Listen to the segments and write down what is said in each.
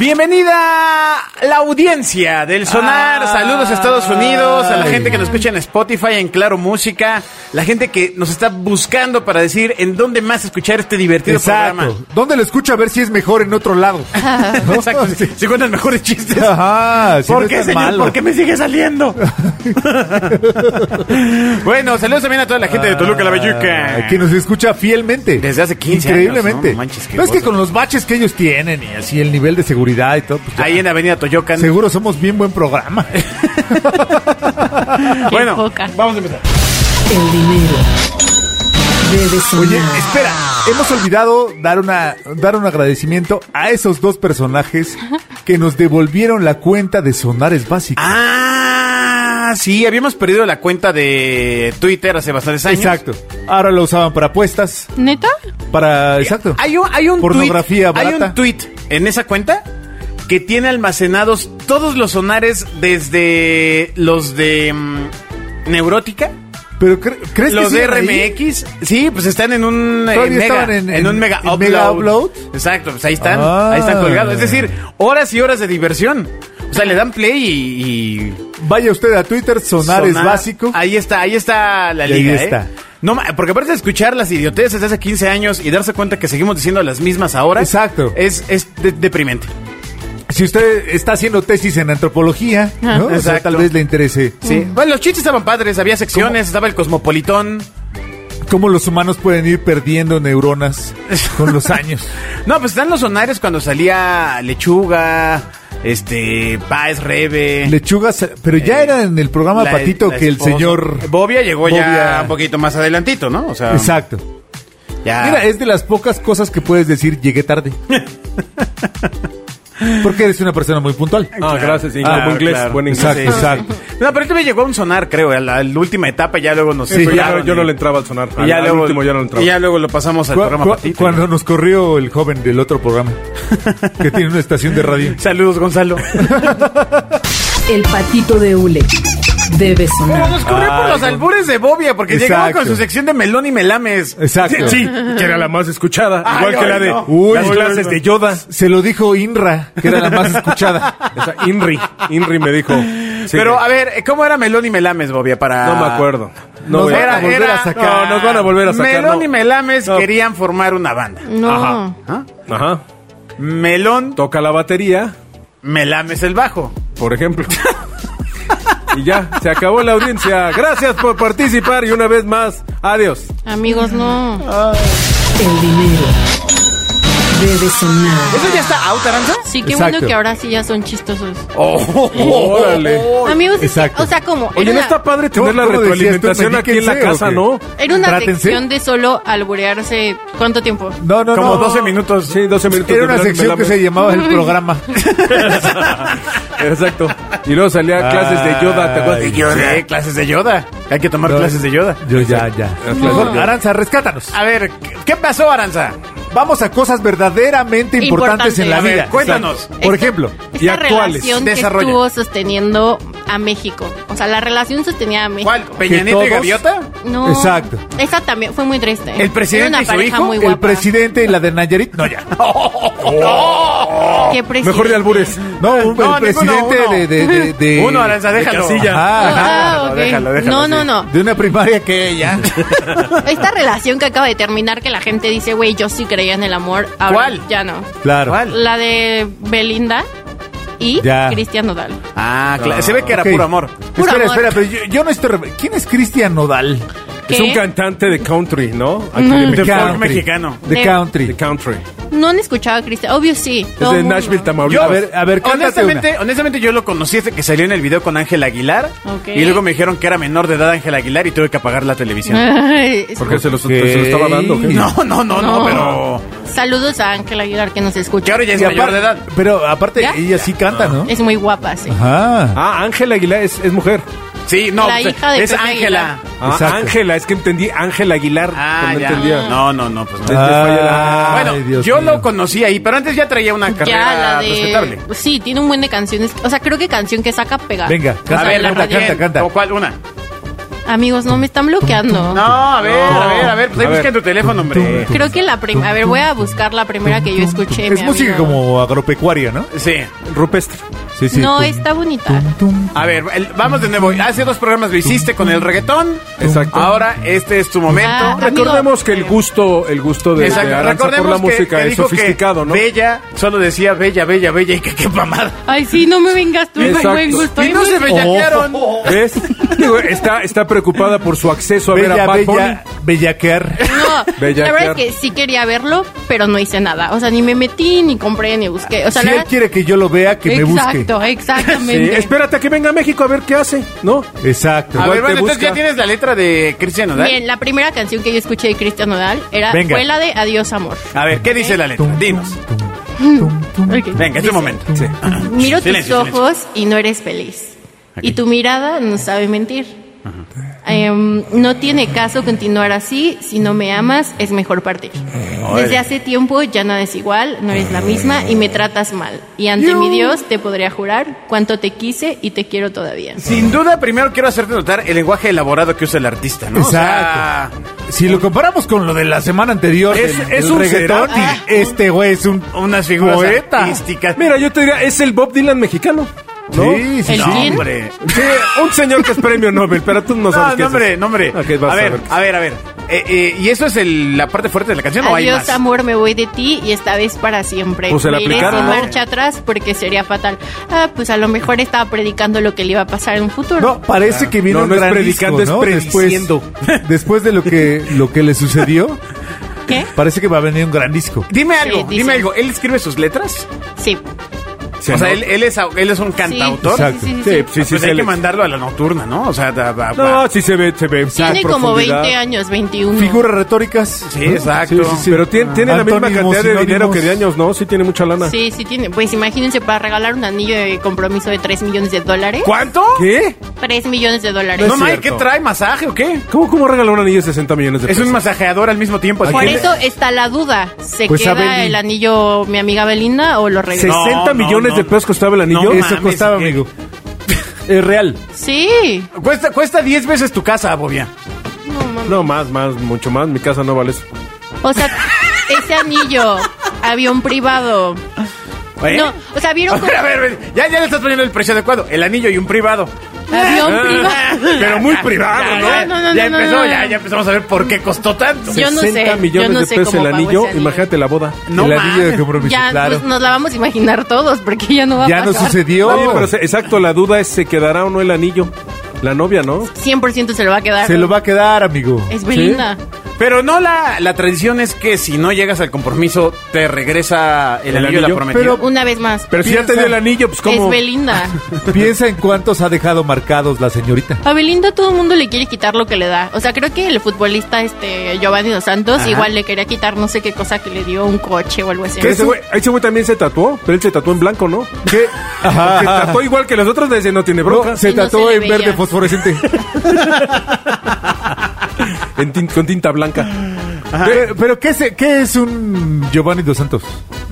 Bienvenida la audiencia del Sonar. Saludos a Estados Unidos, a la gente que nos escucha en Spotify, en Claro Música, la gente que nos está buscando para decir en dónde más escuchar este divertido programa. Exacto. ¿Dónde lo escucho a ver si es mejor en otro lado? ¿No? Exacto. Si, Sí. si cuentan mejores chistes. Ajá, si ¿Por no qué, es tan señor? malo. ¿Por qué me sigue saliendo? bueno, saludos también a toda la gente de Toluca, la Belluca. Ah, Que nos escucha fielmente. Desde hace 15 años, Increíblemente. ¿no? No manches, qué No, es que cosa. con los baches que ellos tienen y así el nivel de seguridad y todo, pues ya, Ahí en Avenida Toyocan. seguro somos bien buen programa. Bueno, poca. vamos a empezar. El dinero debe Oye, sonar. espera, hemos olvidado dar una dar un agradecimiento a esos dos personajes que nos devolvieron la cuenta de Sonares Básicos. Ah, sí, habíamos perdido la cuenta de Twitter hace bastantes años. Exacto. Ahora lo usaban para apuestas, ¿Neta? para exacto. Hay un, hay un Pornografía tweet, Hay un barata. tweet en esa cuenta que tiene almacenados todos los sonares desde los de mm, Neurótica. Pero cre- crees Los que de sigan ahí? RMX, sí, pues están en un eh, Todavía mega, estaban en- en un en- mega upload. en mega upload. Exacto, pues ahí están, Ah. ahí están colgados. Es decir, horas y horas de diversión. O sea, le dan play y, y Vaya usted a Twitter Sonares Sonar. Básico. Ahí está, ahí está la Y ahí liga, ¿eh? está. No, ma- porque aparte de escuchar las idioteces de hace 15 años y darse cuenta que seguimos diciendo las mismas ahora. Exacto. Es, es de- deprimente. Si usted está haciendo tesis en antropología, ¿no? O sea, Exacto. tal vez le interese Sí. Bueno, los chistes estaban padres, había secciones, estaba el cosmopolitón. cómo los humanos pueden ir perdiendo neuronas con los años. No, pues están los sonarios cuando salía Lechuga, este, Paz Rebe. Lechugas, pero ya Eh, era en el programa la- Patito la que el esposa. Eh, señor... Bobia llegó ya Bobia. un poquito más adelantito, ¿no? O sea, Exacto. ya. Mira, es de las pocas cosas que puedes decir llegué tarde. Porque eres una persona muy puntual. Ah, gracias. Y Claro, buen inglés, claro. buen inglés. Exacto, Sí, sí, exacto. sí. No, pero él me llegó a un sonar, creo, a la, a la última etapa ya luego nos... Sí, Pero ya separaron no- yo no y- le entraba al sonar. Y ya, al, al luego, último ya no le entraba. y ya luego lo pasamos al Este Cu- programa cu- Patito. cuando nos corrió el joven del otro programa, que tiene una estación de radio. Saludos, Gonzalo. El patito de hule debe Pero sonar. nos corrió por los albures de Bobia, porque Exacto. llegaba con su sección de melón y melames. Eh, Exacto. Sí, que era la más escuchada. Ay, igual que ay, la de no. Uy, las no, clases no. de Yoda. Se lo dijo Inra, que era la más escuchada. Esa Inri. Inri me dijo. sí. Pero, a ver, eh, ¿cómo era melón y melames, Bobia? Para... No me acuerdo. No Nos voy a- van a volver a sacar. No, nos van a volver a sacar. Melón no. y melames No. querían formar una banda. No. Ajá. ¿Ah? Ajá. Melón, Toca la batería, melames el bajo. por ejemplo. y ya, se acabó la audiencia. Gracias por participar y una vez más, adiós. Amigos, no. El dinero debe sonar. ¿Eso ya está out, Aranza? Sí, qué Exacto. bueno que ahora sí ya son chistosos. Oh, Órale. Amigos, es que- Exacto. o sea, como Oye, era no una, está padre tener la ¿Cómo decías tú, retroalimentación aquí en la meníquense o casa, qué? ¿no? era una Trátense. sección de solo alburearse. ¿Cuánto tiempo? No, no, Como no. 12 minutos. Sí, 12 minutos. Era de una Melón y sección que Melames. se llamaba el programa. Exacto. Y luego salía clases de Yoda, ¿te acuerdas? Ay, De Yoda. Sí, clases de Yoda. Hay que tomar clases de Yoda. Yo ya, ya. Mejor, Aranza, rescátanos. A ver, ¿qué- ¿qué pasó, Aranza? Vamos a cosas verdaderamente importantes en la Importante. A ver, vida. cuéntanos. Por ejemplo, Esta y actuales. relación que Desarrolla. estuvo sosteniendo a México. O sea, la relación sostenía a México. ¿Cuál? ¿Peña Que Nieto y todos- Gaviota? No. Exacto. Esa también fue muy triste. ¿El presidente Era y una su pareja hijo? muy el guapa. presidente y la de Nayarit. No, ya. ¿Qué presidente? Mejor de albures. No, un- No, ninguno, el presidente uno. de, de, de, de- Uno, Aranza, déjalo. Casilla. Ajá, ajá. Ah, ok. déjalo, déjalo, no, no, sí. no. De una primaria que ella. Esta relación que acaba de terminar, que la gente dice, güey, yo sí creía en el amor. Ahora ¿Cuál? Ya no. Claro. ¿Cuál? La de Belinda y Ya. Cristian Nodal. Ah, claro. Se ve que era Ok. puro amor. Puro espera, amor. espera, pero yo, yo no estoy. re- ¿Quién es Cristian Nodal? ¿Qué? Es un cantante de country, ¿no? Aquí de De México. folk mexicano. De De- De country. country. No han escuchado a Cristian. Obvio sí. Es todo de mundo. Nashville, Yo, Tamaulipas. A ver, a ver, cántate honestamente, honestamente yo lo conocí desde que salió en el video con Ángel Aguilar. Ok. Y luego me dijeron que era menor de edad Ángel Aguilar y tuve que apagar la televisión. Ah. Ay, es- ¿Por qué se los- se los estaba dando? o qué? No, no, no, no, No. pero... Saludos a Ángel Aguilar que nos Que escucha. ahora ya es Y mayor aparte- de edad. Pero aparte, ¿Ya? ella sí canta, ¿no? Es muy guapa, sí. Ajá. Ah, Ángela Aguilar es, es mujer. Sí, no, La pues, hija de es Pepe Ángela. Aguilar. Ah, Exacto. Ángela, es que entendí Ángela Aguilar. Ah, pero ya. no entendía. No, no, no, pues no. Ah, bueno, ay, Dios yo mío. lo conocí ahí, pero antes ya traía una ya carrera la de. respetable. Sí, tiene un buen de canciones. O sea, creo que canción que saca pega. Venga, O sea, canta, la canta, rola. canta, canta. ¿O cuál? Una. Amigos, no me están bloqueando. No, a ver, a ver, a ver. Pues ahí A ver. busca en tu teléfono, hombre. Creo que la primera. A ver, voy a buscar la primera que yo escuché. Es mi música amigo. como agropecuaria, ¿no? Sí. Rupestre. Sí, No, está bonita. A ver, el- vamos de nuevo. Hace dos programas lo hiciste con el reggaetón. Exacto. Ahora este es tu momento. Ah, amigo. Recordemos que el gusto, el gusto de, de Exacto. Aranza por la Recordemos que, música que es dijo que sofisticado, ¿no? Bella, solo decía bella, bella, bella y que qué mamada. Ay, sí, no me vengas tú. Exacto. Buen gusto. Y no se bellaquearon. Oh. ¿Ves? Digo, está, está preocupada por su acceso a ver a Bella, Bad bella, bellaquear. No, Bella la verdad Car. es que sí quería verlo, pero no hice nada. O sea, ni me metí, ni compré, ni busqué. O sea, Si la él verdad- quiere que yo lo vea, que me busque. Exacto, Bunny. Sí, exactamente. espérate a que venga a México a ver qué hace, ¿no? Exacto. A Igual ver, te bueno, entonces busca. ya tienes la letra de Cristian Nodal. Miren, la primera canción que yo escuché de Cristian Nodal era, Venga. fue la de Adiós Amor. A ver, ¿qué dice la letra? Dinos. Ok. Venga, es Dice, tu momento. Miro Silencio, tus ojos y no eres feliz. Y tu mirada no sabe mentir. Em, no tiene caso continuar así. Si no me amas, es mejor partir. Desde hace tiempo ya nada es igual, no eres la misma y me tratas mal. Y ante mi Dios te podría jurar cuánto te quise y te quiero todavía. Sin duda, primero quiero hacerte notar el lenguaje elaborado que usa el artista, ¿no? O sea, Exacto. Si lo comparamos con lo de la semana anterior, Es- el- es el un reggaetón, Ah. Cerati. este güey es un unas figuras Poeta. artísticas. Mira, yo te diría, es el Bob Dylan mexicano. ¿no? Sí, sí, ¿El sí. No, quién? hombre. Sí, un señor que es premio Nobel, pero tú no No, sabes qué no, hombre, haces. no, hombre. Ok, vas a, ver, qué a ver, a ver. Eh, eh, ¿Y eso es el- la parte fuerte de la canción o hay Adiós más? amor, me voy de ti y esta vez para siempre. Pues se la Me iré aplicaron, sin ¿no? marcha atrás porque sería fatal. Ah, pues a lo mejor estaba predicando lo que le iba a pasar en un futuro. No, parece que viene Ah. No, un no es gran predicando, disco, es ¿no? prediciendo. Después, después de lo que, lo que le sucedió, ¿Qué? parece que va a venir un gran disco. Dime Sí, algo, dicen. dime algo. ¿Él escribe sus letras? Sí. Se o sea, nota. él, él es, au- él es un cantautor. Exacto. Sí, sí, Sí, sí, pues se hay que le- mandarlo a la nocturna, ¿no? O sea, da- va- va. No, sí se ve, se ve. Tiene esa como profundidad. 20 años, 21. Figuras retóricas. Sí, exacto. Pero tiene, tiene la misma Antónimos, cantidad de dinero sinónimos. que de años, ¿no? Sí tiene mucha lana. Sí, sí tiene. Pues imagínense, para regalar un anillo de compromiso de 3 millones de dólares. ¿Cuánto? ¿Qué? 3 millones de dólares. No, mames, cierto. ¿qué trae? ¿Masaje o qué? ¿Cómo, cómo regaló un anillo de 60 millones de Es pesos? un masajeador al mismo tiempo. así Por que- eso está la duda. ¿Se Pues a queda Beli. el anillo mi amiga Belinda o lo regreso? 60 No, no, millones no. de pesos costaba el anillo. No Eso mames, costaba, ¿qué? amigo. es real. Sí. Cuesta, cuesta 10 veces tu casa, Bobia. No, mames. No, más, más, mucho más. Mi casa no vale eso. O sea, ese anillo, avión privado. ¿Eh? No, o sea, A vieron cómo- ver, a ver, a ver, ya, ya le estás poniendo el precio adecuado. El anillo y un privado. avión Ah, privado. Pero muy privado, ya, ¿no? ya, no, no, ya no, empezó, no, no. ya, ya empezamos a ver por qué costó tanto. Yo no sé, 60 yo millones no de sé pesos cómo el pagó anillo. ese anillo. Imagínate la boda. No el anillo de mames. compromiso, Ya claro. pues, nos la vamos a imaginar todos porque ya no va a ya no pasar. sucedió. Oye, pero se- exacto, la duda es: ¿se quedará o no el anillo? La novia, ¿no? 100% se lo va a quedar. Se lo va a quedar, amigo. Es Belinda. Pero no, la, la tradición es que si no llegas al compromiso, te regresa el, El anillo, de la anillo, prometida. pero- Una vez más. Pero si ya te dio el anillo, pues Es ¿cómo? Belinda. Piensa en cuántos ha dejado marcados la señorita. A Belinda todo el mundo le quiere quitar lo que le da. O sea, creo que el futbolista este Giovanni Dos Santos Ajá. igual le quería quitar no sé qué cosa que le dio un coche o algo así. Que ese güey, ese güey también se tatuó, pero él se tatuó en blanco, ¿no? ¿Qué? Se tatuó igual que los otros, desde no tiene No, broncas. se Sí, no tatuó se le en veía. verde fosforescente. En tin- con tinta blanca. Pero, pero ¿qué, se- ¿qué es un Giovanni Dos Santos?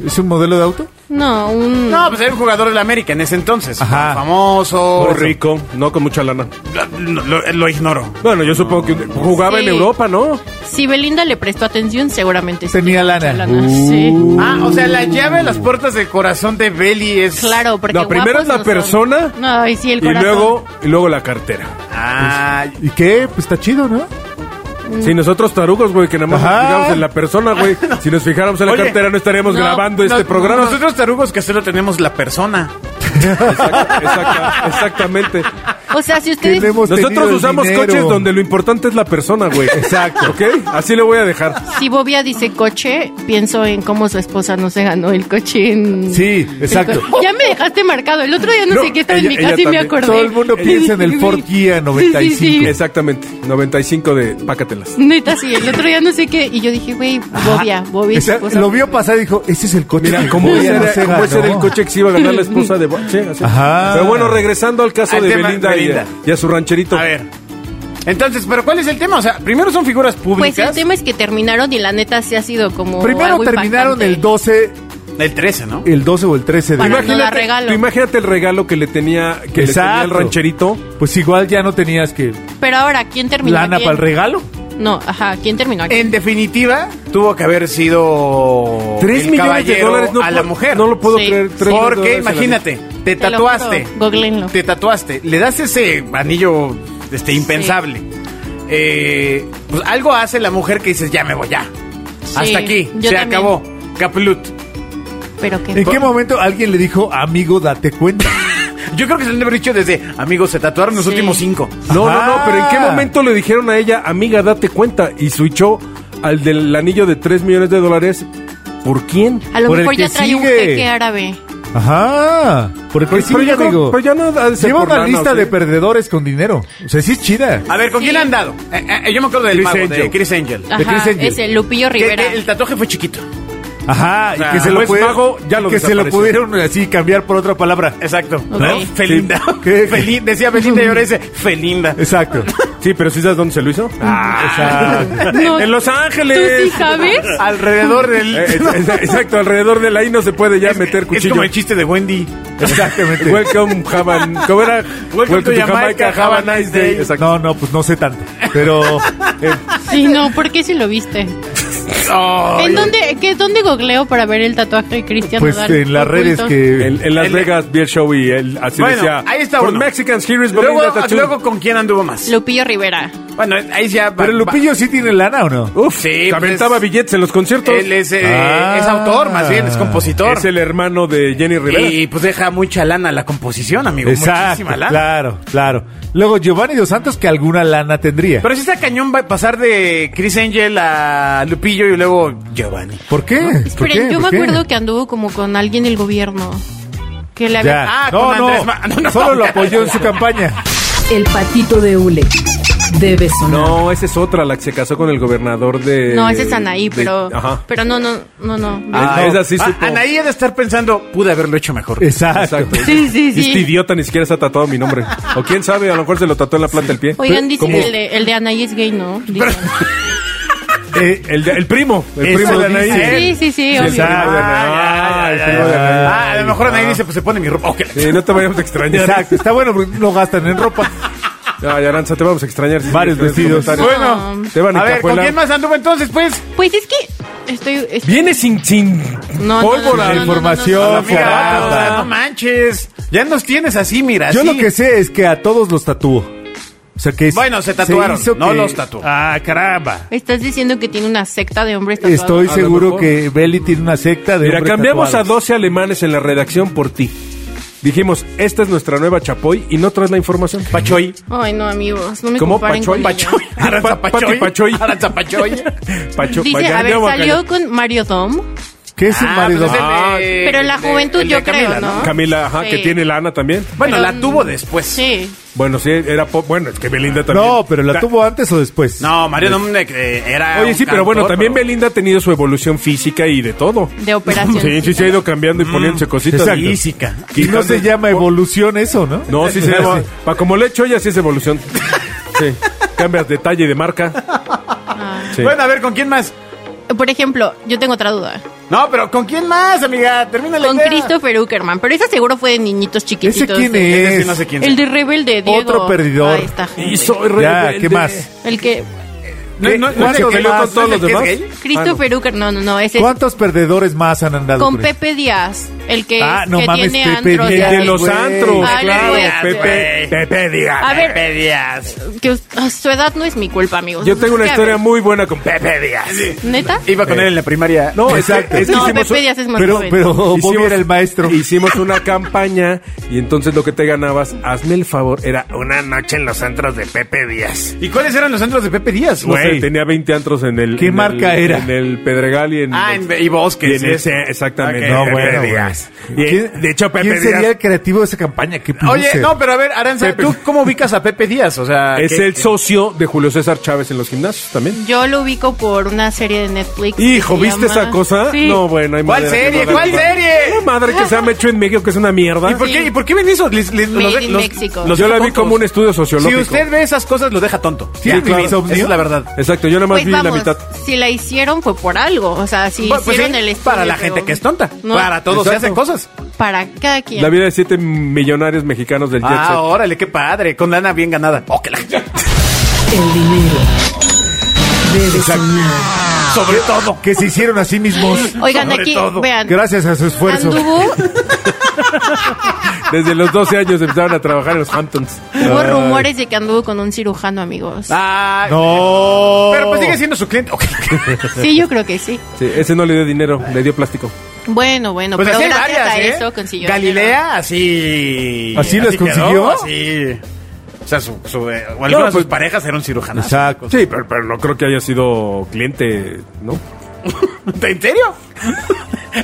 ¿Es un modelo de auto? No, un No, pues era un jugador del América en ese entonces. Ajá. Famoso. Muy Oh, rico, no con mucha lana. Lo, lo- lo ignoro. Bueno, yo supongo que jugaba Sí. en Europa, ¿no? si Belinda le prestó atención, seguramente sí. Tenía lana. Uh. Sí. Ah, o sea, la llave de las puertas del corazón de Belly es. Claro, porque No, primero guapos es la no son. persona No, y sí el Y corazón. luego, y luego la cartera. Ah, ¿Y qué? Pues está chido, ¿no? Mm. Si nosotros tarugos, güey, que nada más Ajá. nos fijamos en la persona, güey. Si nos fijáramos en la Oye, cartera, no estaríamos no, grabando este no- programa. Nosotros tarugos que solo tenemos la persona. Exacta- exacta- exactamente. O sea, si ustedes Tenemos- Hemos tenido Nosotros el usamos dinero. coches donde lo importante es la persona, güey. Exacto. ¿Ok? Así le voy a dejar. si Bobia dice coche, pienso en cómo su esposa no se ganó el coche en Sí, exacto. Ya me dejaste marcado. El otro día no, No, sé qué estaba ella- en mi ella casa y me también. acordé. Todo el mundo piensa en el Ford Kia 95. Sí, sí, sí. Exactamente. 95 de pácatelas. Neta, sí. El otro día no sé qué. Y yo dije, güey, Bobia, Bobia. Esa- lo vio pasar y dijo, ese es el coche. Mira, que ¿cómo voy ese a era, hacer, cómo ese era el ¿no? coche que se iba a ganar la esposa de... Bo- Sí, así. Ajá. Pero bueno, regresando al caso Al de tema Belinda, y a- Belinda. Y, a su rancherito. A ver. Entonces, ¿pero cuál es el tema? O sea, primero son figuras Pues públicas. el tema es que terminaron y la neta sí ha sido como. Primero algo terminaron Oh, impactante. el 12 El 13, ¿no? El 12 o el 13 de Para mayo. no dar regalo. tú imagínate el regalo que le tenía, que le tenía el Exacto. rancherito. Pues igual ya no tenías que Pero ahora, ¿quién terminó lana aquí? para el regalo. No, ajá, ¿quién terminó aquí? En definitiva, tuvo que haber sido. Tres el millones de caballero dólares no a pu- la mujer. No lo puedo Sí. creer. tres millones de Porque dólares a la imagínate, te Te lo tatuaste. juro, googleenlo. Te tatuaste. Le das ese anillo este, impensable. Eh, pues algo hace la mujer que dices, ya me voy, ya. Sí, Hasta aquí, yo se también. acabó. Caplut. Pero que ¿En qué momento alguien le dijo, amigo, date cuenta? Yo creo que se le haber dicho desde, amigos, se tatuaron los Sí. últimos cinco. No, Ajá. no, no, pero ¿en qué momento le dijeron a ella, amiga, date cuenta? Y switchó al del anillo de 3 millones de dólares. ¿Por quién? A lo Por el mejor que ya trae un sigue. jeque árabe. Ajá. Porque Pero- sí, pero ya no- amigo. pero ya no ha de ser Lleva por ¿eh? una lana, lista ¿o de qué? perdedores con dinero. O sea, sí es chida. A ver, ¿con Sí. quién han dado? Eh, eh, yo me acuerdo del Chris mago, de Angel. Chris Angel. Ah, Chris Ajá, Angel. ese Lupillo Que- Rivera. que el tatuaje fue chiquito. Ajá. sea, y que se lo, Juez pudieron- Ah, Mago ya lo que se lo desapareció. pudieron así cambiar por otra palabra. Exacto. Ok. ¿No? Felinda. Sí. ¿Qué? Felin- decía Belinda y ahora dice Felinda. Exacto. Sí, pero ¿sí sabes dónde se lo hizo? Ah. Exacto. No, en Los ¿Tú sí Ángeles. sabes? Alrededor del. Eh, es- es- exacto, alrededor de la ahí no se puede ya meter es cuchillo. como el chiste de Wendy. Exactamente. Welcome, Havan. ¿Cómo era? Welcome, to Jamaica, have a nice day. Exacto. No, no, pues no sé tanto. Pero eh, Sí, no, ¿por qué si lo viste? ¿En dónde, qué, dónde googleo para ver el tatuaje de Cristian pues Nodal en las redes oculto? que... En, en Las El- Vegas vi el show y él así bueno, decía. ahí está "For uno. Mexicans, here is Luego, Belinda Tattoo". luego, ¿con quién anduvo más? Lupillo Rivera. bueno, ahí ya. va- Pero Lupillo sí tiene lana o no? Uf, Sí, se pues aventaba es- billetes en los va- conciertos. Él es, eh, Ah. es autor, más bien, es compositor. Es el hermano de Jenny Rivera. y pues deja mucha lana la composición, amigo. Exacto, Muchísima lana. claro, claro. Luego Giovanni Dos Santos que alguna lana tendría. Pero sí está cañón va- pasar de Chris Angel a Lupillo y luego Giovanni. ¿Por qué? ¿Por Esperen, qué? yo me ¿Por qué? acuerdo que anduvo como con alguien del gobierno. Que le había... Ya. Ah, no, con Andrés no, Ma- no, no. Solo lo apoyó en su campaña. El patito de Ule debe sonar. No, esa es otra, la que se casó con el gobernador de. No, ese es Anaí, de- pero... Ajá. Pero no, no, no, no. Ah, esa sí Ah, supo. Anaí ha de estar pensando, pude haberlo hecho mejor. Exacto. Exacto. Sí, sí, sí. Este idiota ni siquiera se ha tatuado mi nombre. O quién sabe, a lo mejor se lo tatuó en la planta del pie. Oigan, dicen Como que el de, el de Anaí es gay, ¿no? Dicen. Eh, El, de- el primo. El Eso primo de dice. Anaí. Sí, Sí, sí, sí, obvio. Exacto. Ah, Ah, ya, el ya, primo ya, de ya. Anaí. Ah, a lo mejor Anaí dice, pues se pone mi ropa. Ok. Sí, no te vayamos a extrañar. Exacto, está bueno porque no gastan en ropa. Ay, Aranza, te vamos a extrañar. sí, Varios sí, en los vestidos. comentarios. Bueno, Te van a a ver, ¿con encajuelar. quién más anduvo entonces, pues? Pues es que estoy... es- Viene sin, sin No, no, pólvora. no, no, no, información, no, no, no, no. Amiga, fogata. no, no manches. Ya nos tienes así, mira. Yo así. lo que sé es que a todos los tatuó. O sea que es- Bueno, se tatuaron, hizo no los tatuó. Ah, caramba. Estás diciendo que tiene una secta de hombres tatuados. Estoy lo seguro mejor. que Belly tiene una secta de Mira, hombres cambiamos a tatuados. 12 alemanes en la redacción por ti. Dijimos, esta es nuestra nueva Chapoy y no traes la información. Pachoy. Ay, no, amigos, no me ¿Cómo? comparen Pachoy, con ella. Pachoy. Aranza Pa- Pati Pachoy. Pachoy. Aranza Pachoy. Pacho, Dice, vaya, a ver, ya voy a salió callar. con Mario Dom, ¿Qué es el Ah, marido? pues es el de- Ah, pero en la el de- juventud el de yo creo, Camila, ¿no? Camila, ajá, Sí. que tiene lana también. Bueno, Pero- la tuvo después. Sí. Bueno, sí, era po- bueno, es que Belinda también. No, pero la Ta- tuvo antes o después. No, Mario Domne era. Oye, un sí, pero bueno, cantor, también pero- Belinda ha tenido su evolución física y de todo. De operaciones. Sí, sí, se ha ido cambiando y poniéndose cositas. exacto. Física. Y no se llama evolución eso, ¿no? No, sí se llama. Pa como le echo, ya sí es evolución. Sí. Cambias de talla y de marca. Sí. Bueno, a ver, ¿con quién más? Por ejemplo, yo tengo otra duda. No, pero ¿con quién más, amiga? Termina la Con idea. Christopher Uckerman, pero esa seguro fue de niñitos chiquititos. ¿Ese quién de- Ese sí es? no sé quién. El de Rebelde, Diego. Otro perdidor. Ay, esta gente. Y soy Ya, rebelde. ¿qué más? El que... No, no, no, ¿Cuál se no, peleó no, con todos ¿no es los el que es gay? demás? Ah, Christopher Uckerman, no, no, no, ese es ¿Cuántos perdedores más han andado con por ahí? Pepe Díaz, el que, Ah, no que mames, tiene Pepe antros El Díaz. así. de los güey. antros, Ah, no claro. puede ser. Pepe, Pepe, diga. A ver, Pepe Díaz. que us- a su edad no es mi culpa, amigos. Yo Pues, tengo una Es que, a historia ver, muy buena con Pepe. Díaz. ¿Neta? Iba con él en la primaria. No, exacto. Es que No, hicimos- Pepe Díaz es más Pero, joven. pero Hicimos- Bobby era el maestro. Hicimos una campaña y entonces lo que te ganabas, hazme el favor, era una noche en los antros de Pepe Díaz. ¿Y cuáles eran los centros de Pepe Díaz? No sé, Güey. tenía 20 antros en el. ¿Qué en marca el- era? En el Pedregal y en. Ah, en- y Bosques, Y en ¿sí? ese, exactamente. Ok. Pepe Eh, bueno, güey. Díaz. Díaz. Y- ¿Quién- de hecho, Pepe ¿Quién sería Díaz- el creativo de esa campaña? ¿Qué Oye, producer? no, pero a ver, Aranza, Pepe- ¿tú cómo ubicas a Pepe Díaz? O sea, Es ¿qué- el socio de Julio César Chávez en los gimnasios también. Yo lo ubico por una serie de Netflix. que Hijo, se ¿viste llama- esa cosa? Sí. No, bueno, hay ¿Cuál manera que serie? no la ¿Cuál hagan. serie? La madre que se ha hecho en México, que es una mierda. ¿Y por, qué, Sí. ¿Y por qué ven eso? Les- les- Made de- in Mexico. Yo la deja vi como un estudio sociológico. Si usted ve esas cosas, lo deja tonto. Sí, Ya, claro. Esa es la verdad. Exacto, yo nada más Pues vi la vamos, mitad. si la hicieron fue por algo. O sea, si Bueno, pues hicieron sí, el estudio. para la pero- gente que es tonta. No, Para todos se Exacto. hacen cosas. Para cada quien. La vida de siete millonarios mexicanos del Jet Set. Ah, órale, qué padre. Con lana bien ganada. Oh, que la- El dinero debe sonar. Sobre todo. Que se hicieron a sí mismos. Oigan, sobre aquí, todo. vean. Gracias a su esfuerzo. Anduvo, Desde los 12 años empezaron a trabajar en los Hamptons. hubo rumores de que anduvo con un cirujano, amigos. Ah, No. Pero pues sigue siendo su cliente. Ok. Sí, yo creo que sí. Sí, ese no le dio dinero, le dio plástico. Bueno, bueno, Pues pero así hay gracias varias, ¿eh? a eso consiguió. dinero. Galilea, así. ¿Así las quedó, consiguió? Así. O sea, su, su, eh, o alguna de sus pues- parejas eran cirujanas. Exacto. Sí, pero, pero no creo que haya sido cliente, ¿no? ¿En serio?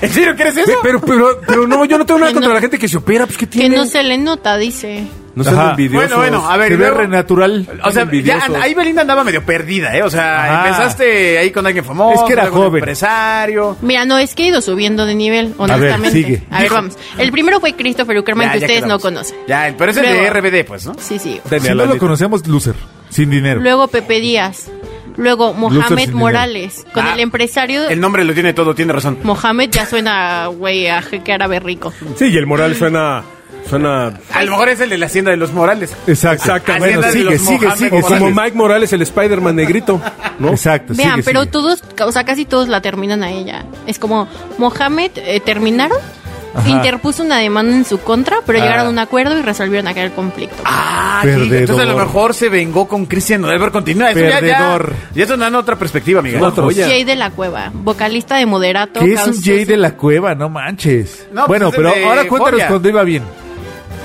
¿En serio crees eso? Pe- Pero, pero, pero no, yo no tengo nada Que contra no- la gente que se opera, pues ¿qué Que tiene? no se le nota, dice. No sean Ajá. envidiosos. Bueno, bueno, a ver, Se y ve luego- renatural. O sea, ya, envidiosos. ahí Belinda andaba medio perdida, ¿eh? O sea, Ajá. empezaste ahí con alguien famoso. Ah. Es que era luego un joven. empresario. Mira, no, es que he ido subiendo de nivel, honestamente. sigue. A ver, vamos. El primero fue Christopher Uckerman, Ya, que ya ustedes no quedamos. conocen. Ya, pero es el de Luego- RBD, pues, ¿no? Sí, sí. Denle Si a no la lo neta. conocemos, loser. Sin dinero. Luego Pepe Díaz. Luego Mohamed dinero. Morales. Con Ah, el empresario El nombre lo tiene todo, tiene razón. Mohamed ya suena, güey, a jeque árabe rico. Sí, y el moral suena... suena A lo mejor es el de la hacienda de los Morales. Exacto. Exacto, Bueno, Hacienda de sigue, los sigue, Mohamed sigue. o Morales. como sigue. Mike Morales, el Spider-Man negrito, ¿no? Exacto. Vean, sigue, pero sigue. todos, o sea, casi todos la terminan a ella. Es como, Mohamed, eh, ¿terminaron? Interpuso una demanda en su contra, pero llegaron a un acuerdo y resolvieron aquel conflicto. Ah, sí. Perdedor. Entonces a lo mejor se vengó con Cristian Nodalberg. Continúa. Eso ya- Perdedor. Ya, ya, eso dan otra perspectiva, amiga. Son otros. Jay de la Cueva, vocalista de Moderato. ¿Qué es un causó Jay su- de la cueva? No manches. No, pues bueno, es el pero de ahora cuéntanos Fobia. cuando iba bien.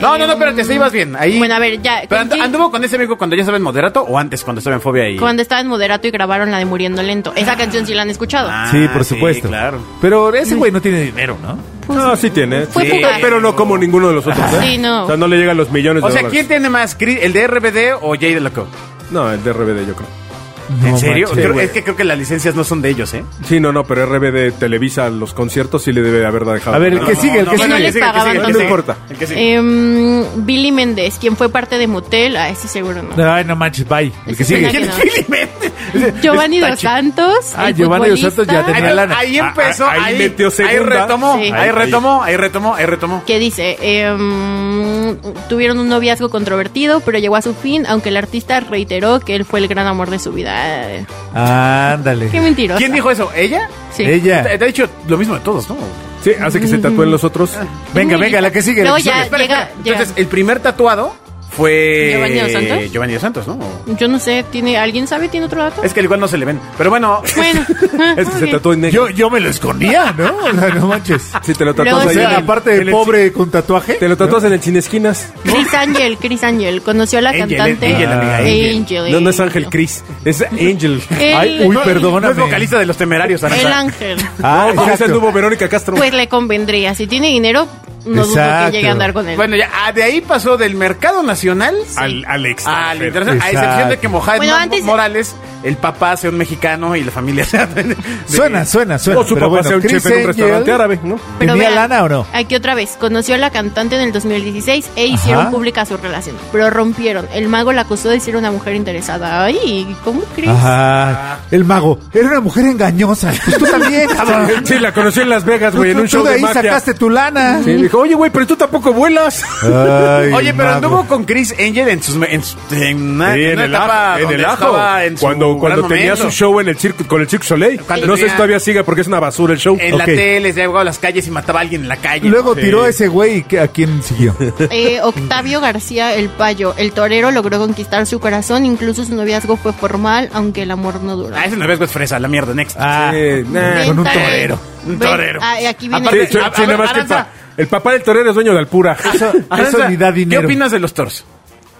No, no, no, espérate, se ibas bien. Ahí. Bueno, a ver, ya, Pero ¿con andu- quién? ¿Anduvo con ese amigo cuando ya estaba en moderato o antes cuando estaba en fobia y. Cuando estaba en Moderato y grabaron la de Muriendo Lento. Esa canción sí la han escuchado. Ah, sí, por supuesto. claro. Pero ese güey no tiene dinero, ¿no? No, Ah, sí tiene. Fue sí, fugaz. pero no como ninguno de los otros, ¿eh? Sí, no. O sea, no le llegan los millones de O sea, dólares. ¿quién tiene más? Cri- ¿El de RBD o Jay de la Co? No, el de RBD, yo creo. ¿En serio? manches. Creo- güey. es que creo que las licencias no son de ellos, ¿eh? Sí, no, no, pero RBD Televisa, los conciertos sí le debe de haber dejado. A ver, el No, que no, sigue, el que no, sigue. les pagaban el que tanto. sigue. No importa. El que sigue. Em, Billy Méndez, quien fue parte de Motel, a ese seguro no. Ay, no manches, bye. El que Ese sigue. es ¿Quién es no. Billy Méndez? Giovanni Está dos chido. Santos. Ah, el Giovanni dos futbolista, Santos ya tenía Ahí, la- lana. ahí Ah, empezó, ah, ahí ahí, metió segunda. Ahí retomó, Sí. ahí retomó, ahí retomó, ahí retomó. que dice, em, tuvieron un noviazgo controvertido, pero llegó a su fin, aunque el artista reiteró que él fue el gran amor de su vida. Ay, Qué Ándale. mentirosa. ¿Quién dijo eso? ¿Ella? Sí. Ella. Te, te ha dicho lo mismo de todos, ¿no? Sí, hace que se tatúen los otros. Venga, muy venga, la que sigue. la No, que ya, sigue. Espera, llega, espera. Entonces, el primer tatuado fue... ¿Giovanni Dos Santos? Giovanni Dos Santos, ¿no? llega. Yo no sé, ¿tiene, ¿alguien sabe? ¿Tiene otro dato? Es que al igual no se le ven. Pero bueno, Bueno. Es que se ok. tatúa en negro. Yo, yo me lo escondía, ¿no? O sea, no manches. Sí, te lo tatúas Luego O ahí. sigue. en sea, el- aparte en de el- pobre con tatuaje. Te lo tatúas en el cine esquinas. Chris Angel, Chris Angel. Conoció a la Angel, cantante Angel, amiga, Angel. No, no es Ángel Cris, es Angel. El- Ay, uy, no, no perdóname. es vocalista de Los Temerarios, Aranza. El ángel. Ah, Con ese exacto. anduvo Verónica Castro. Pues le convendría. Si tiene dinero, no dudo que Exacto. llegue a andar con él. Bueno, ya ah, de ahí pasó del mercado nacional al, al extra. Ah, al internacional, a Exacto. excepción de que Mohamed Bueno, Mo- antes- Morales, el papá sea un mexicano y la familia sea... de- de- Suena, suena, suena. O su Pero papá bueno, sea un Chris chef en un Angel, restaurante árabe, ¿no? Pero ¿Tenía vean, lana o no? Aquí otra vez, conoció a la cantante en el 2016 e hicieron Ajá. pública su relación, pero rompieron. El mago la acusó de ser una mujer interesada. Ay, ¿cómo crees? Ajá. El mago. Era una mujer engañosa. Pues tú también, cabrón. Sí, la conocí en Las Vegas, Tú- güey, en tú- un tú show de de ahí magia. sacaste tu lana. Sí, dijo, oye, güey, pero tú tampoco vuelas. Oye, pero anduvo anduvo con Chris Angel en, sus, en, su- en una, Sí, en en una el etapa ajo. En donde el ajo. estaba en su Cuando, gran cuando tenía momento. su show en el circo, con el Cirque Soleil. Cuando no sé tenía- si todavía siga porque es una basura el show. En la Ok. tele, se llegaba a las calles y mataba a alguien en la calle. Luego Sí. Ah, tiró a ese güey que- a quien siguió. Eh, Octavio García El Payo, el torero, logró conquistar su corazón, incluso su noviazgo fue formal, aunque el amor no duró. Ah, ese no es fresa, la mierda, next. Ah, Sí, nah. con un Venta- torero. Un Ven- torero. Ah, y aquí viene Sí, Aparte- sí, a- a sí, ver, nada más que el, Aranza. Ah, pa- el papá del torero es dueño de Alpura. Eso, eso Aranza, ni da ¿Qué dinero. opinas de los toros?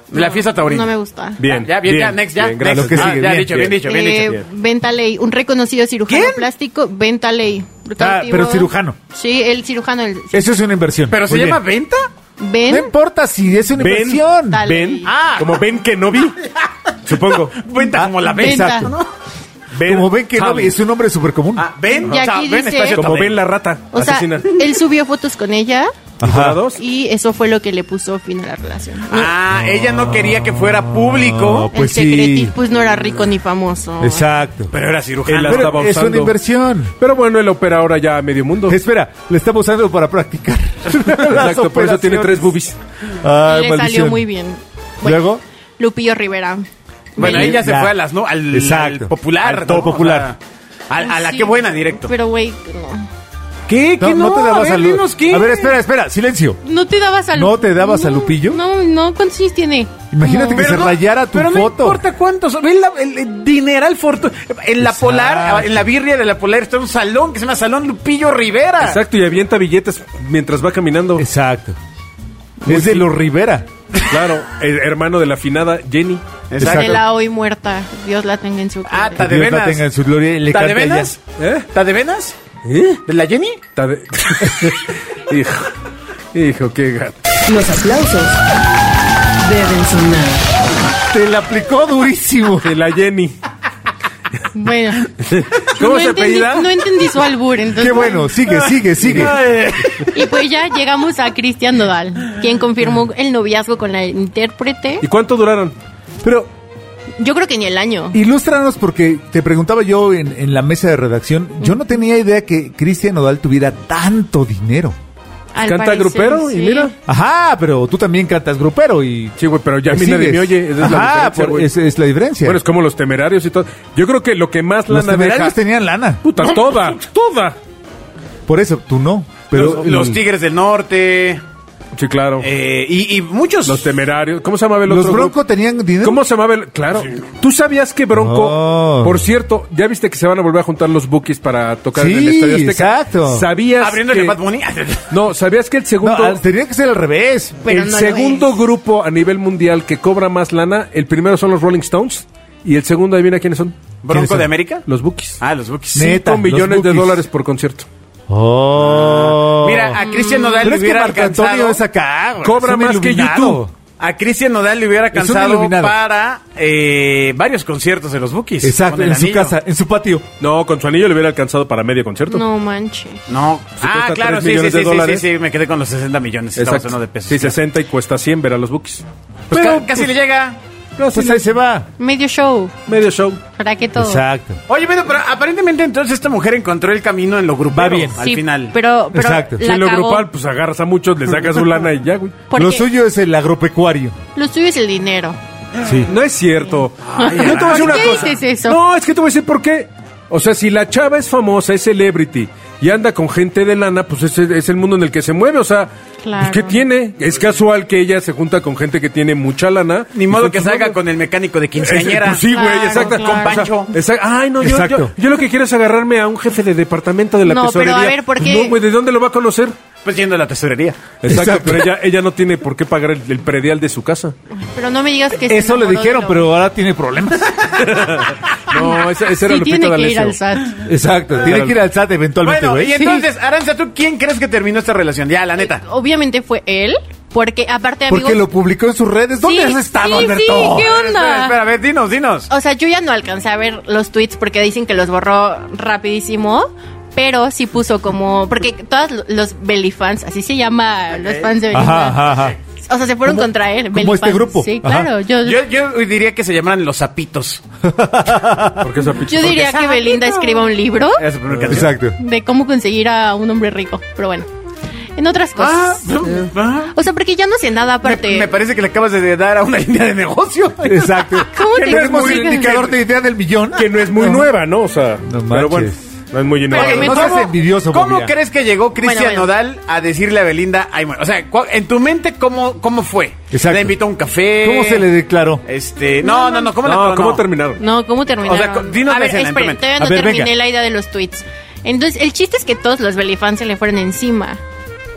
De la fiesta taurina. No me gusta. Ah, Bien. Ya, bien, ya, bien, next, ya. bien, next. lo que Ah, sigue, ya bien, dicho, bien, bien. dicho, bien Eh, dicho. Ventaley, un reconocido cirujano ¿Quién? plástico, Ventaley. Ah, pero cirujano. Sí, el cirujano. El, Eso es una inversión. ¿Pero se Muy llama bien. venta? ben, No importa si es una Ven. inversión. Dale. Ven. Ah. Como ven que no vi. Supongo. Ah, Venta como la venta. Venta. Exacto. Ven. Como ven que no, Sale. es un nombre súper común. Ah, ven, Y aquí chao, ven, dice- espacio Como taurina. ven la rata. o sea, asesina. él subió fotos con ella Ajá. Dos. y eso fue lo que le puso fin a la relación. Ah, ella no quería que fuera público, No, pues el secreti- sí. pues no era rico ni famoso. Exacto. pero era Él la cirujano. Pero estaba es una usando. inversión. Pero bueno, él opera ahora ya a medio mundo. Espera, le estamos usando para practicar. Exacto, por eso tiene tres boobies. Ay, le salió maldición. muy bien. Luego, Lupillo Rivera. Bueno, Ven. ahí ya se Ya. fue a las, ¿no? Al, Exacto. al popular. Al todo ¿no? O popular. sea, al- a, la Sí, que buena, directo. Pero güey, no. ¿Qué? no, no te dabas a ver, al- dinos qué. A ver, espera, espera, silencio. ¿No te dabas al ¿No te dabas a Lupillo? No, no, ¿cuántos años tiene? Imagínate que Pero se no- rayara tu pero no foto. importa cuántos. Ve la- el, el dineral fortuna. En la Exacto. polar, en la birria de la polar, está un salón que se llama Salón Lupillo Rivera. Exacto, y avienta billetes mientras va caminando. Exacto. es de los Rivera. Claro, el hermano de la afinada Jenny. De la hoy muerta. Dios la tenga en su Ah, gloria. ta de Dios la tenga en venas. su gloria y le ¿Ta de cante a ella. venas? ¿Eh? ¿Ta de venas? ¿Eh? ¿De la Jenny? Ta de- hijo, hijo, qué gato. Los aplausos deben sonar. Te la aplicó durísimo. De la Jenny. Bueno. ¿Cómo no se entendí, apellida? No entendí su albur, entonces. Qué bueno, sigue, sigue, sigue. Ay. Y pues ya llegamos a Cristian Nodal, quien confirmó Ah. el noviazgo con la intérprete. ¿Y cuánto duraron? Pero Yo creo que ni el año. ilústranos porque te preguntaba yo en, en la mesa de redacción, yo no tenía idea que Cristian Odal tuviera tanto dinero. Al Canta parecer, grupero y sí. mira. Ajá, pero tú también cantas grupero y... Sí, güey, pero ya a mí sigues. nadie me oye. Esa es la Ajá, diferencia, por- güey. es, es la diferencia. Bueno, es como los temerarios y todo. Yo creo que lo que más los lana temerarios deja... tenían lana. Puta, toda, toda. Por eso, tú no. Pero Los, los Tigres del Norte. Sí, claro. eh, y, y muchos. Los temerarios. ¿Cómo se llamaba el los otro? Bronco grupo? tenían dinero. ¿Cómo se llamaba el...? Claro. ¿Tú sabías que Bronco... Oh. Por cierto, ¿ya viste que se van a volver a juntar los bookies para tocar en el Sí, Estadio Azteca? exacto. ¿Sabías Abriendo que... el Bad Bunny. No, ¿sabías que el No, segundo... ah, tenía que ser al revés. Pero el no lo segundo es. grupo a nivel mundial que cobra más lana, el primero son los Rolling Stones y el segundo, adivina quiénes son. ¿Quiénes ¿Bronco son? de América? Los Bookies. Ah, los Bookies. Ne- Neta, Cinco los millones de Bookies. dólares por concierto. Oh. Mira, a Cristian Nodal Pero le es que hubiera Marco Antonio alcanzado. es acá. güey. Cobra Es un más que iluminado. YouTube. A Cristian Nodal le hubiera Es un alcanzado iluminado. para eh, varios conciertos de los Bookies. Exacto, Con el en su anillo. casa, en su patio. No, con su anillo le hubiera alcanzado para medio concierto. No manches. No. Se Ah, cuesta claro, tres sí, sí, millones de sí, sí, sí, dólares. sí, me quedé con los 60 millones. Estamos hablando de pesos. Sí, 60 y cuesta 100 ver a los Bookies. Pues Pero, ca- casi le llega. Pues ahí se va. Medio show. Medio show. ¿Para qué todo? Exacto. Oye, pero, pero aparentemente entonces esta mujer encontró el camino en lo grupal. Va bien. Al Sí, final. Pero, pero Exacto. la si lo cagó. grupal, pues agarras a muchos, le sacas su lana y ya, güey. Porque Lo suyo es el agropecuario. lo suyo es el dinero. Sí. No es cierto. Yo te voy a decir ¿Por una qué cosa. dices eso? No, es que te voy a decir por qué. O sea, si la chava es famosa, es celebrity y anda con gente de lana, pues es, es el mundo en el que se mueve. O sea, Claro. pues, ¿qué tiene? Es casual que ella se junta con gente que tiene mucha lana. Ni modo que Entonces, salga no, con el mecánico de es- quinceañera. pues sí, güey, Claro, exacto. claro. Con Pancho. Exacto. Ay, no, yo, Exacto. Yo, yo lo que quiero es agarrarme a un jefe de departamento de la No, pero tesorería. a ver, ¿por Pues qué? No, güey, ¿de dónde lo va a conocer? Pues yendo a la tesorería. Exacto, Exacto. pero ella, ella no tiene por qué pagar el, el predial de su casa. Pero no me digas que se Eso le enamoró dijeron, de lo- pero ahora tiene problemas. No, esa, esa era Sí Lupita tiene que ir D'Alessio. al SAT. Exacto. Tiene que ir al SAT eventualmente, Bueno, güey. Eh, y entonces, Aranza, ¿tú quién crees que terminó esta relación? Ya, la neta. Obviamente fue él, porque aparte amigos... Porque lo publicó en sus redes. ¿Dónde Sí, has estado, sí, Alberto? sí, ¿qué Espera, onda? espera, a ver, dinos, dinos. O sea, yo ya no alcancé a ver los tweets porque dicen que los borró rapidísimo. Pero sí puso como. Porque todos los Belly fans, así se llama los fans de Belly Ajá, ajá, ajá. O sea, se fueron Como- contra él. como Belly este fans. grupo. Sí, Ajá. claro. Yo, yo, Yo, yo diría que se llamaran los zapitos. Porque esa pinche- diría que Belinda escriba un libro Era su primera canción. Exacto. de cómo conseguir a un hombre rico. Pero bueno, en otras Ah, cosas. ah. O sea, porque ya no sé nada Pues, aparte. Me, me parece que le acabas de dar a una línea de negocio. Exacto. ¿Cómo te Que no es muy explicas? indicador de idea del millón. que no es muy nueva, ¿no? O sea, No pero manches. bueno, no es muy Pero innovadora. que Oye, me- No seas ¿cómo- envidioso, ¿Cómo Bobia. crees que llegó Cristian Bueno, bueno. Nodal a decirle a Belinda, ay, bueno, o sea, cu- en tu mente, ¿cómo, cómo fue? Exacto. ¿Le invitó a un café? ¿Cómo se le declaró? Este, no, no, no, ¿cómo la- no, no, ¿cómo no. terminaron? No, ¿cómo terminaron? O sea, co- dinos a la ver, escena, esperen, entonces. todavía A no ver, terminé venga. la idea de los tweets. Entonces, el chiste es que todos los Belifans se le fueron encima.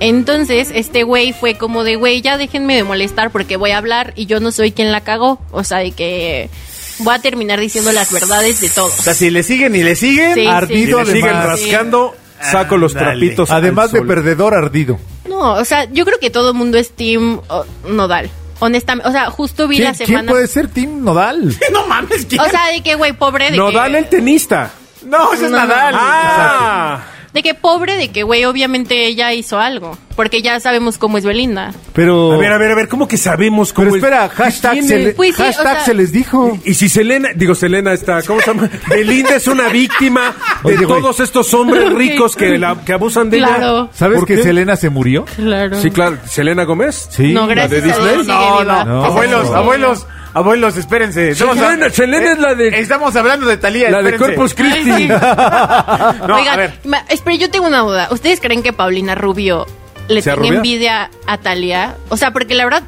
Entonces, este güey fue como de, güey, ya déjenme de molestar porque voy a hablar y yo no soy quien la cagó. O sea, de que voy a terminar diciendo las verdades de todos. O sea, si le siguen y le siguen, Sí, ardido sí, sí. le siguen además. rascando, saco los Ándale. trapitos. al Además de sol. perdedor ardido. No, o sea, yo creo que todo el mundo es team oh, nodal. Honestamente, o sea, justo vi ¿Quién, la quién semana. puede ser Tim Nodal? no mames, ¿quién? O sea, de que, güey, pobre de que. Nodal el tenista. no, ese es no, no. Nadal. Ah, De que pobre de que, güey, obviamente ella hizo algo. Porque ya sabemos cómo es Belinda. Pero. a ver, a ver, a ver, ¿cómo que sabemos cómo pero es? espera, hashtag, tiene? se, le- Pues sí, o hashtag sea- se les dijo. Y si Selena, digo Selena está, ¿cómo se llama? Belinda es una víctima de Oye, güey. todos estos hombres ricos que, la, que abusan de Claro. ella. ¿Sabes ¿Por que qué? Selena se murió? Claro. Sí, claro, Selena Gómez. Sí. No, ¿La de gracias a Dios Disney? sigue No, viva. no, abuelos, Sí. abuelos, abuelos, espérense. Estamos a- eh, Selena, Selena es la de- Estamos hablando de Talía. La de Corpus Ay, Christi. sí. No, a Oigan, ver. ma- espera, yo tengo una duda. ¿Ustedes creen que Paulina Rubio le ¿Sea tenga rubia? envidia a Talía? O sea, porque la verdad,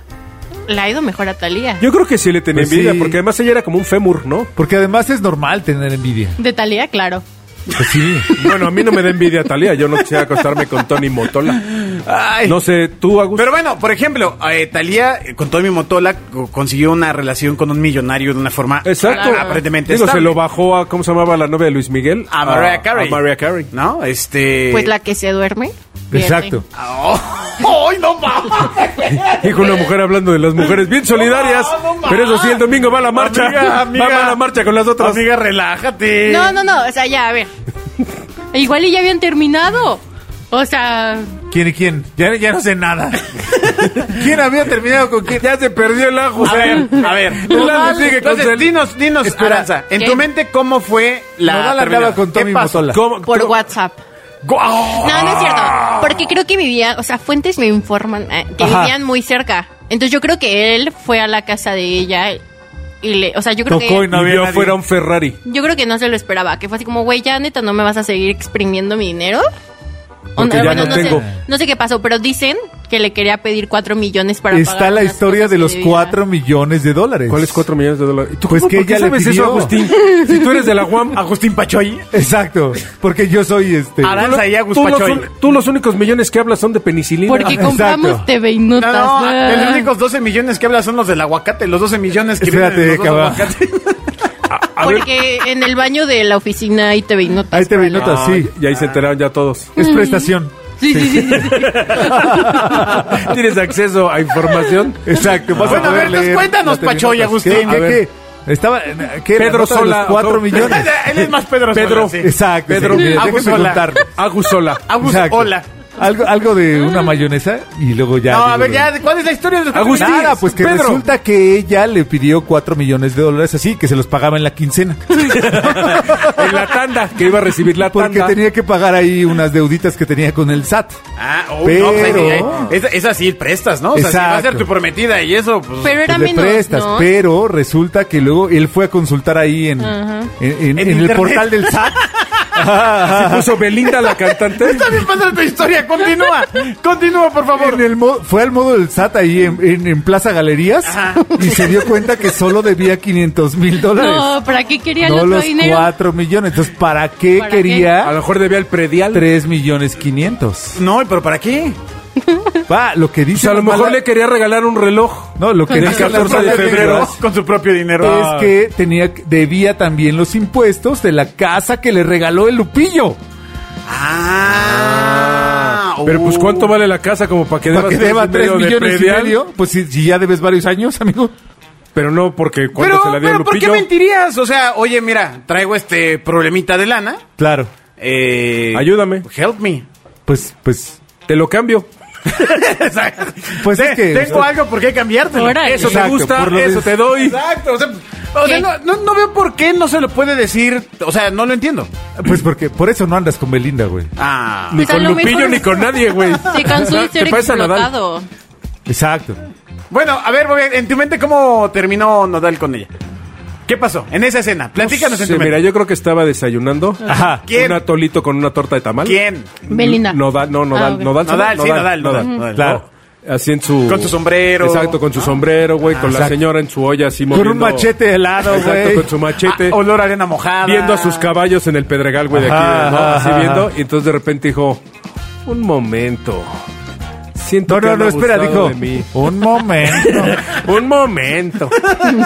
la ha ido mejor a Talía. Yo creo que sí le tenía Pues envidia, sí. porque además ella era como un fémur, ¿no? Porque además es normal tener envidia. De Talía, claro. Pues sí. Bueno, a mí no me da envidia Talía, yo no quisiera acostarme con Tony Motola. Ay. No sé, tú, Agus. Pero bueno, por ejemplo, eh, Talía eh, con Tommy Motola co- consiguió una relación con un millonario de una forma Exacto. a- aparentemente Digo, se estable. lo bajó a, ¿cómo se llamaba la novia de Luis Miguel? Ah, a Mariah Carey. A Mariah Carey. ¿No? Este. Pues la que se duerme. pierde. Exacto. Oh, ¡Ay, no mames! Dijo una mujer hablando de las mujeres bien solidarias. No, no, no, pero eso sí, el domingo va a la marcha. Amiga, amiga. Va a la marcha con las otras. Amiga, relájate. No, no, no, o sea, ya, a ver. Igual y ya habían terminado. O sea, ¿Quién y quién? Ya, ya no sé nada. ¿Quién había terminado con quién? Ya se perdió el ajo. A ver, a ver. Nodal sigue con Entonces, Sel- dinos, dinos, Espera. Aranza, en ¿Qué? tu mente, ¿cómo fue la Nodal terminada? andaba con ¿Qué Tommy pasó? Motola. ¿Cómo- por cómo- WhatsApp. ¡Guau! No, no es cierto. Porque creo que vivían, o sea, fuentes me informan eh, que Ajá. vivían muy cerca. Entonces yo creo que él fue a la casa de ella y le, o sea, yo creo Tocó que y no y había vio nadie. fuera un Ferrari. yo creo que no se lo esperaba, que fue así como, güey, ya neta no me vas a seguir exprimiendo mi dinero. Porque O- ya no sé- tengo. no sé qué pasó, pero dicen que le quería pedir cuatro millones para Está pagar la unas historia cosas de que los debía. 4 millones de dólares. ¿Cuáles 4 millones de dólares? ¿Y tú Pues cómo- que por qué ella le sabes pidió. eso, Agustín? Si tú eres de la UAM, Agustín Pachoy. Exacto. Porque yo soy este. Ahora- Aranza y Agus tú, los, Pachoy. un- tú los únicos millones que hablas son de penicilina. Porque Exacto. compramos TV y No, notas. no, Ah. los únicos 12 millones que habla son los del aguacate, los 12 millones que Espérate, vienen en los dos cabrón. aguacates. Porque en el baño de la oficina hay TV y notas. Ahí te para ven la- notas, sí. Y ahí se enteraron ya todos. Es prestación. Sí, sí, sí. sí. Tienes acceso a información. Exacto. vas Bueno, a poder ver, entonces leer cuéntanos, la Pachoy, telenovela. Agustín. ¿Qué? A ¿Qué? ver. qué? Estaba, ¿qué? Pedro La nota de Sola, Los 4 ¿cómo? millones. Él es más Pedro. Pedro. Sola, sí. Exacto. Pedro, sí, mira, Agus déjenme Sola. contarlo. Agus sola. Agus, Exacto. hola. Algo, algo de una mayonesa y luego ya. No, a digo ver, lo- ya, ¿cuál es la historia de Agustín. Nada, pues que Pedro. resulta que ella le pidió 4 millones de dólares así, que se los pagaba en la quincena. En la tanda, que iba a recibir la Porque tanda. tenía que pagar ahí unas deuditas que tenía con el SAT. Ah, uy, no, pues ahí sí, ahí- esa, esa sí prestas, ¿no? O sea, si va a ser Exacto. tu prometida y eso, pues. Pero era Pues le menos. prestas, ¿no? pero resulta que luego él fue a consultar ahí en, Ajá. en, en- En en el internet. portal del SAT. Se puso Belinda la cantante. Está bien pasada tu historia, continúa. Continúa, por En favor. el mo- fue al modo del SAT ahí en, en- en Plaza Galerías Ajá. y se dio cuenta que solo debía 500 mil dólares. Pues, No, ¿para qué quería el No otro los dinero? 4 millones. Entonces, ¿para qué A lo ¿Para qué? quería mejor debía el predial. 3 millones 500? No, pero ¿para qué? Va, lo que O dice. sea, a lo la mejor mala- le quería regalar un reloj. No, lo que del dice la 14 de mala febrero. lengua Con su propio dinero. Es que tenía, debía también los impuestos de la casa que le regaló el Lupillo. Ah. Pero pues uh. cuánto vale la casa como para que Para que deba deba 3 millones y predial? medio. Pues si, si ya debes varios años, amigo. Pero no porque cuando Pero, se la dio pero ¿por qué Lupillo. mentirías? O sea, oye, mira, traigo este problemita de lana. Claro. Eh, Ayúdame. Help me. Pues, pues. Te lo cambio. Pues es que- tengo algo por qué cambiártelo. Órale. Eso Exacto, te gusta, por lo eso de- te doy. Exacto. O sea, o sea, ¿Qué? no, no, no veo por qué no se lo puede decir. O sea, no lo entiendo. Pues porque por eso no andas con Belinda, güey. Ah. Ni Pues a con lo Lupillo mejor- ni con nadie, güey. Se cansó de Te ser parece a Nadal. explotado. Exacto. Bueno, a ver, Bobby, en tu mente, ¿cómo terminó Nodal con ella? ¿Qué pasó en esa escena? Platícanos en Sí, tu mira, mente. yo creo que estaba desayunando. Ajá. ¿Quién? Un atolito con una torta de tamal. ¿Quién? Belinda. No, da, no, no, Ah, da, ok. no da el Nodal, sí, sabor, Nodal, Nodal, Nodal, Nodal. Claro. Así en su... Con su sombrero. Exacto, con su sombrero, güey, con la Ah. Exacto. señora en su olla así Con un moviendo- machete helado, Exacto, güey. con su machete. Ah, olor a arena mojada. viendo a sus caballos en el pedregal, güey, de aquí, Ajá, ¿no? ajá, Así ajá. viendo. Y entonces de repente dijo, un momento. Siento No, que no, han no, espera, dijo. abusado de mí. Un momento. Un momento.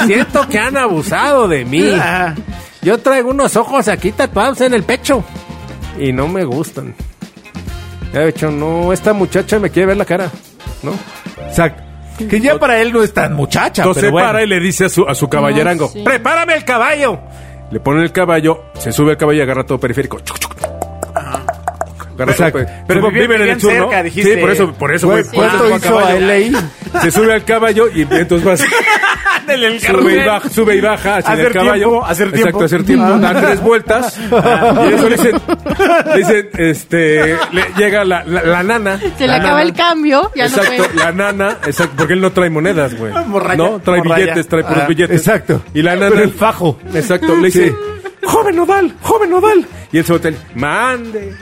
Siento que han abusado de mí. Yo traigo unos ojos aquí tatuados en el pecho. Y no me gustan. Ya de hecho, no, esta muchacha me quiere ver la cara. ¿No? Exacto. Que ya para él no es tan muchacha, Entonces pero bueno. para y le dice a su, a su caballerango, sí. prepárame el caballo. Le pone el caballo, se sube el caballo y agarra todo periférico. Chuc, chuc. Agarra Exacto. todo periférico. Pero Vive- vivían- viven en el vivían sur, ¿no? cerca, dijiste. Sí, por eso, por eso. Güey, güey, ¿Cuánto por eso hizo fue a a caballo. LA? Se sube al caballo y entonces vas... Ándale, el Sube y carrusel. baja, sube y baja hacia Hacer el caballo. tiempo, hacer tiempo. Ah. Exacto, hacer tiempo. Da tres vueltas. Y eso le dicen, le dicen, este, le llega la, la- la nana. Se le la acaba nana. el cambio, ya exacto, no puede. la nana, exacto, porque él no trae monedas, güey. Morralla, no, trae morralla. billetes, trae puros Ah, billetes. exacto. Y la nana. Pero el fajo. Exacto, le dice, joven Odal, joven Odal. Y él se voltea, y le dice, mande.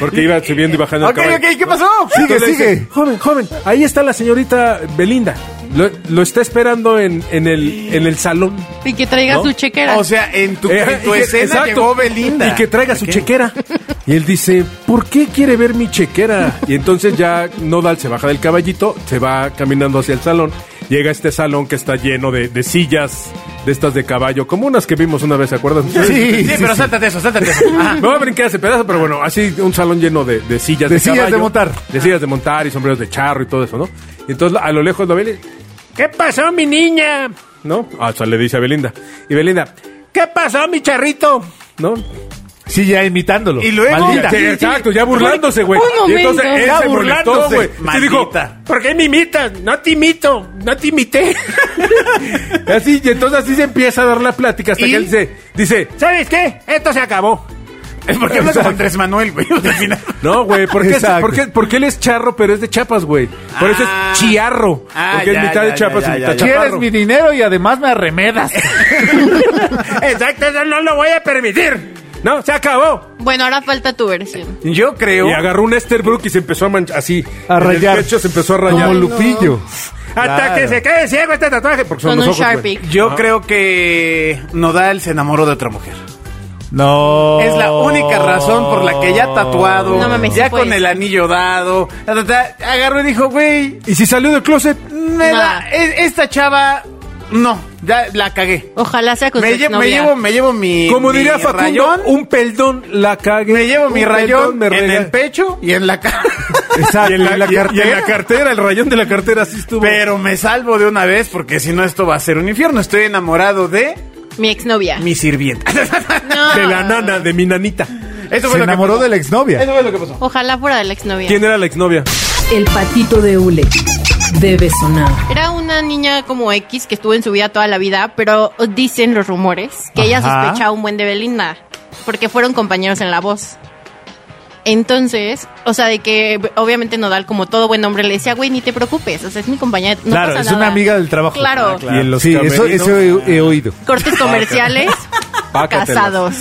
Porque iba subiendo y bajando Ok, el caballo. ok, ¿qué pasó? Sigue, Entonces le sigue. dice, joven, joven, ahí está la señorita Belinda. Lo, lo está esperando en, en el, en el salón. Y que traiga ¿No? su chequera. O sea, en tu, Eh, en tu y que- escena exacto. llegó Belinda. Y que traiga su chequera. Y él dice, ¿por qué quiere ver mi chequera? Y entonces ya Nodal se baja del caballito, se va caminando hacia el salón. Llega a este salón que está lleno de, de sillas, de estas de caballo, como unas que vimos una vez, ¿se acuerdan? Sí, Sí, sí, pero sí. sáltate eso, sáltate eso. Ajá. Me voy a brincar ese pedazo, pero bueno, así un salón lleno de, de sillas De sillas caballo, de montar. De sillas de montar y sombreros de charro y todo eso, ¿no? Y entonces a lo lejos lo ve y le dice, ¿Qué pasó, mi niña? ¿No? Hasta le dice a Belinda. Y Belinda, ¿qué pasó, mi charrito? ¿No? Sí, ya imitándolo. Y luego- Maldita. Sí, exacto, ya burlándose, güey. Un Y entonces momento. él Ya se molestó, burlándose, güey. Y dijo, maldita. ¿por qué me imitas? No te imito, no te imité. así, y entonces así se empieza a dar la plática hasta ¿Y? que él dice, dice, ¿sabes qué? Esto se acabó. ¿Por qué hablas como Andrés Manuel, güey? Al final. No, güey, ¿por qué, Exacto. por qué- porque él es charro, pero es de Chiapas, güey. Por eso Ah. es chiarro. Ah, porque ya, es ya, mitad de Chiapas ya, y ya, ya. mitad chaparro. Quieres mi dinero y además me arremedas. Exacto, eso no lo voy a permitir. No, se acabó. Bueno, ahora falta tu versión. Yo creo. Y agarró un Esterbrook y se empezó a manchar así. A en el rayar. pecho se empezó a rayar. Como Lupillo. Hasta Claro. que se quede ciego este tatuaje. Porque son Con los un ojos, Sharpie. güey. Yo creo que Nodal se enamoró de otra mujer. No. Es la Oh. única razón por la que ya tatuado, No mames, ya sí puede con ser. el anillo dado, ta, ta, ta, agarró y dijo, güey, Y si salió del closet. me No. da- e- esta chava, no, ya la cagué. Ojalá sea con Me, su lle- me exnovia. llevo, me llevo mi, Como mi diría Facundo, "Uh, rayón, un peldón la cague. me llevo mi rayón en el pecho pecho. y en la cara. Exacto. Y en la, y- y en la cartera. cartera, el rayón de la cartera así estuvo. Pero me salvo de una vez porque si no esto va a ser un infierno. Estoy enamorado de Mi exnovia. mi sirvienta. No. De la nana, de mi nanita. Eso Se enamoró de la exnovia. Eso fue lo que pasó. Ojalá fuera de la exnovia. ¿Quién era la exnovia? El patito de hule debe sonar. Era una niña como X que estuvo en su vida toda la vida, pero dicen los rumores que ella Ajá. sospechaba un buen de Belinda, porque fueron compañeros en la voz. Entonces, o sea, de que obviamente Nodal, como todo buen hombre, le decía, güey, ni te preocupes, o sea, es mi compañera. no claro, pasa es una nada". amiga del trabajo. Claro. Ah, Y en los sí, eso, camerinos. eso he, he oído. Cortes comerciales, Pácatelas. casados.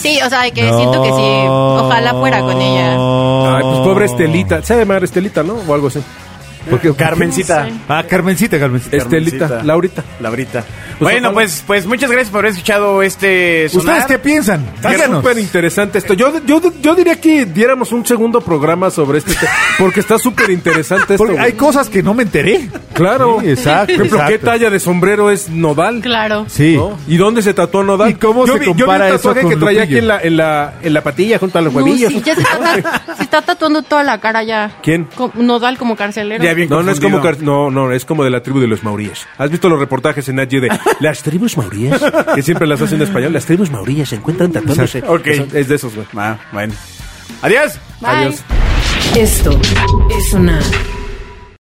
Sí, o sea, de que siento que sí, No. ojalá fuera con ella. Ay, pues pobre Estelita. Se llama Estelita, ¿no? O algo así. ¿Por qué? Carmencita. No sé. Ah, Carmencita, Carmencita. Estelita, Laurita. Laurita. Pues bueno, ojalá. pues, pues muchas gracias por haber escuchado este sonar. ¿Ustedes qué piensan? Es Díganos. súper interesante esto. Yo, yo, yo diría que diéramos un segundo programa sobre este tema, porque está súper interesante esto. Porque güey. hay cosas que no me enteré. claro. Sí, exacto, Por ejemplo, ¿qué exacto. talla de sombrero es nodal? Claro. Sí. ¿No? ¿Y dónde se tatuó Nodal? ¿Y cómo se compara eso que con traía Lupillo? aquí en la, en, la, en la patilla junto a los No, huevillos. sí, ya se está, se está tatuando toda la cara ya. ¿Quién? Co- Nodal como carcelero. Ya bien No, no es como confundido. car- no, no, es como de la tribu de los mauríes. ¿Has visto los reportajes en allí de las tribus mauríes? Que siempre las hacen en español. Las tribus mauríes se encuentran tatuándose. Ok. Es, es de esos, güey. Ah, bueno. Adiós. Bye. Adiós. Esto es sonar.